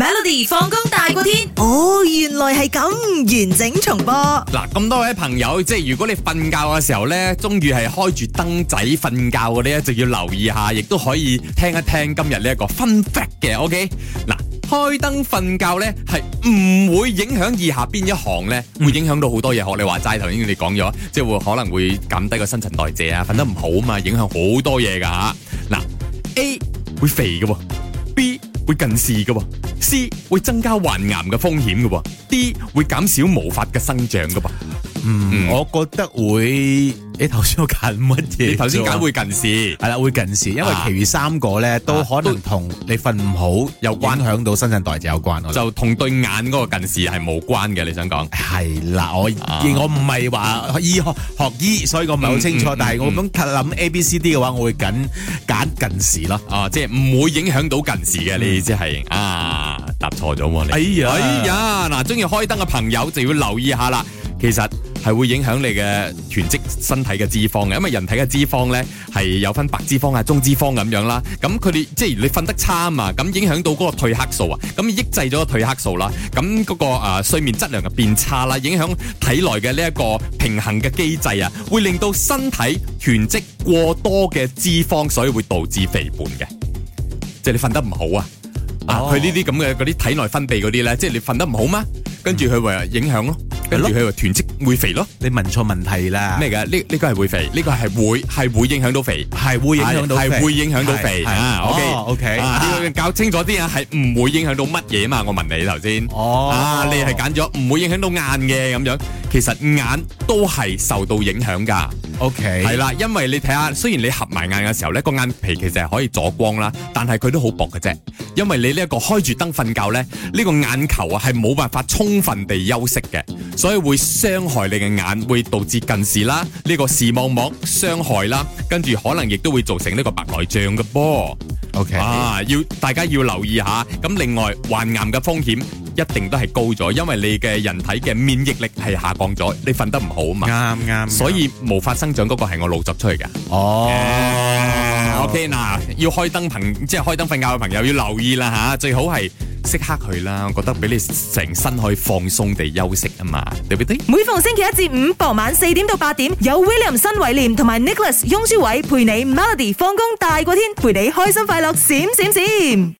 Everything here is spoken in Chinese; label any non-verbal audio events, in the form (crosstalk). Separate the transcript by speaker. Speaker 1: Melody 放工大過天，哦，原來係咁，完整重播。
Speaker 2: 嗱，咁多位朋友，即係如果你瞓覺嘅時候呢，終於係開住燈仔瞓覺嘅呢，就要留意下，亦都可以聽一聽今日呢一個 fun fact 嘅，OK？嗱。開燈瞓覺呢係唔會影響以下邊一行呢？會影響到好多嘢。學你話齋，頭先你講咗，即係會可能會減低個新陳代謝啊，瞓得唔好啊嘛，影響好多嘢㗎嚇。嗱，A 會肥嘅喎，B 會近視嘅喎，C 會增加患癌嘅風險嘅喎，D 會減少毛髮嘅生長嘅噃。
Speaker 3: 嗯，我覺得會，你頭先我揀乜嘢？
Speaker 2: 你
Speaker 3: (laughs)
Speaker 2: 頭先揀會近視，
Speaker 3: 係啦，會近視，因為
Speaker 2: 啊
Speaker 3: 其餘三個咧都可
Speaker 2: 都
Speaker 3: 能同你瞓唔好有關，影響到新陳代謝有關。我覺得
Speaker 2: 就同對眼嗰個近視係無關嘅。你想講？
Speaker 3: 係啦，我
Speaker 2: 啊
Speaker 3: 我唔係話醫學學醫，所以我唔係好清楚
Speaker 2: 嗯嗯。
Speaker 3: 但係我咁諗 A、B、C、D 嘅話，我會揀揀近視咯。
Speaker 2: 啊，即係唔會影響到近視嘅，你意思係啊？答錯咗喎你。
Speaker 3: 哎呀
Speaker 2: 哎呀，嗱，中意開燈嘅朋友就要留意下啦。其實係會影響你嘅囤積身體嘅脂肪嘅，因為人體嘅脂肪呢係有分白脂肪啊、中脂肪咁樣啦。咁佢哋即係你瞓得差啊嘛，咁影響到嗰個褪黑素啊，咁抑制咗個褪黑素啦，咁嗰、個啊睡眠質量就變差啦，影響體內嘅呢一個平衡嘅機制啊，會令到身體囤積過多嘅脂肪，所以會導致肥胖嘅。即係你瞓得唔好啊。啊，
Speaker 3: 哦
Speaker 2: 佢呢啲咁嘅嗰啲體內分泌嗰啲咧，即係你瞓得唔好嘛，跟住佢話影響咯，跟住
Speaker 3: 係啊
Speaker 2: 佢話囤積會肥咯，
Speaker 3: 你問錯問題啦，
Speaker 2: 咩㗎？呢呢個係會肥，呢個係會係會影響到肥。
Speaker 3: 係會影響到
Speaker 2: 係
Speaker 3: 肥
Speaker 2: 會影響到肥
Speaker 3: 係係
Speaker 2: 啊！OK
Speaker 3: 哦 OK
Speaker 2: 啊呢個搞清楚啲啊，係唔會影響到乜嘢嘛？我問你頭先，
Speaker 3: 哦
Speaker 2: 啊你係揀咗唔會影響到眼嘅咁樣，其實眼都係受到影響㗎。
Speaker 3: OK
Speaker 2: 係啦，因為你睇下，雖然你合埋眼嘅時候呢個眼皮其實係可以阻光啦，但係佢都好薄嘅啫。因為你呢一個開住燈瞓覺呢，呢、個眼球啊係冇辦法充分地休息嘅，所以會傷害你嘅眼，會導致近視啦，呢、個視網膜傷害啦，跟住可能亦都會造成呢個白內障嘅噃。
Speaker 3: OK
Speaker 2: 啊，要大家要留意下。咁另外，患癌嘅風險一定都係高咗，因為你嘅人體嘅免疫力係下降咗，你瞓得唔好啊嘛。
Speaker 3: 啱啱，
Speaker 2: 所以無法生長嗰個係我腦作出嚟哦㗎。
Speaker 3: 哦。
Speaker 2: 啊 OK 嗱，要開燈朋即係開燈瞓覺嘅朋友要留意啦吓，最好係即刻去啦，我覺得俾你成身可以放鬆地休息啊嘛，對唔對？
Speaker 1: 每逢星期一至五傍晚四點到八點，有 William 新偉廉同埋 Nicholas 雍舒偉陪你 Melody 放工大過天，陪你開心快樂閃閃閃。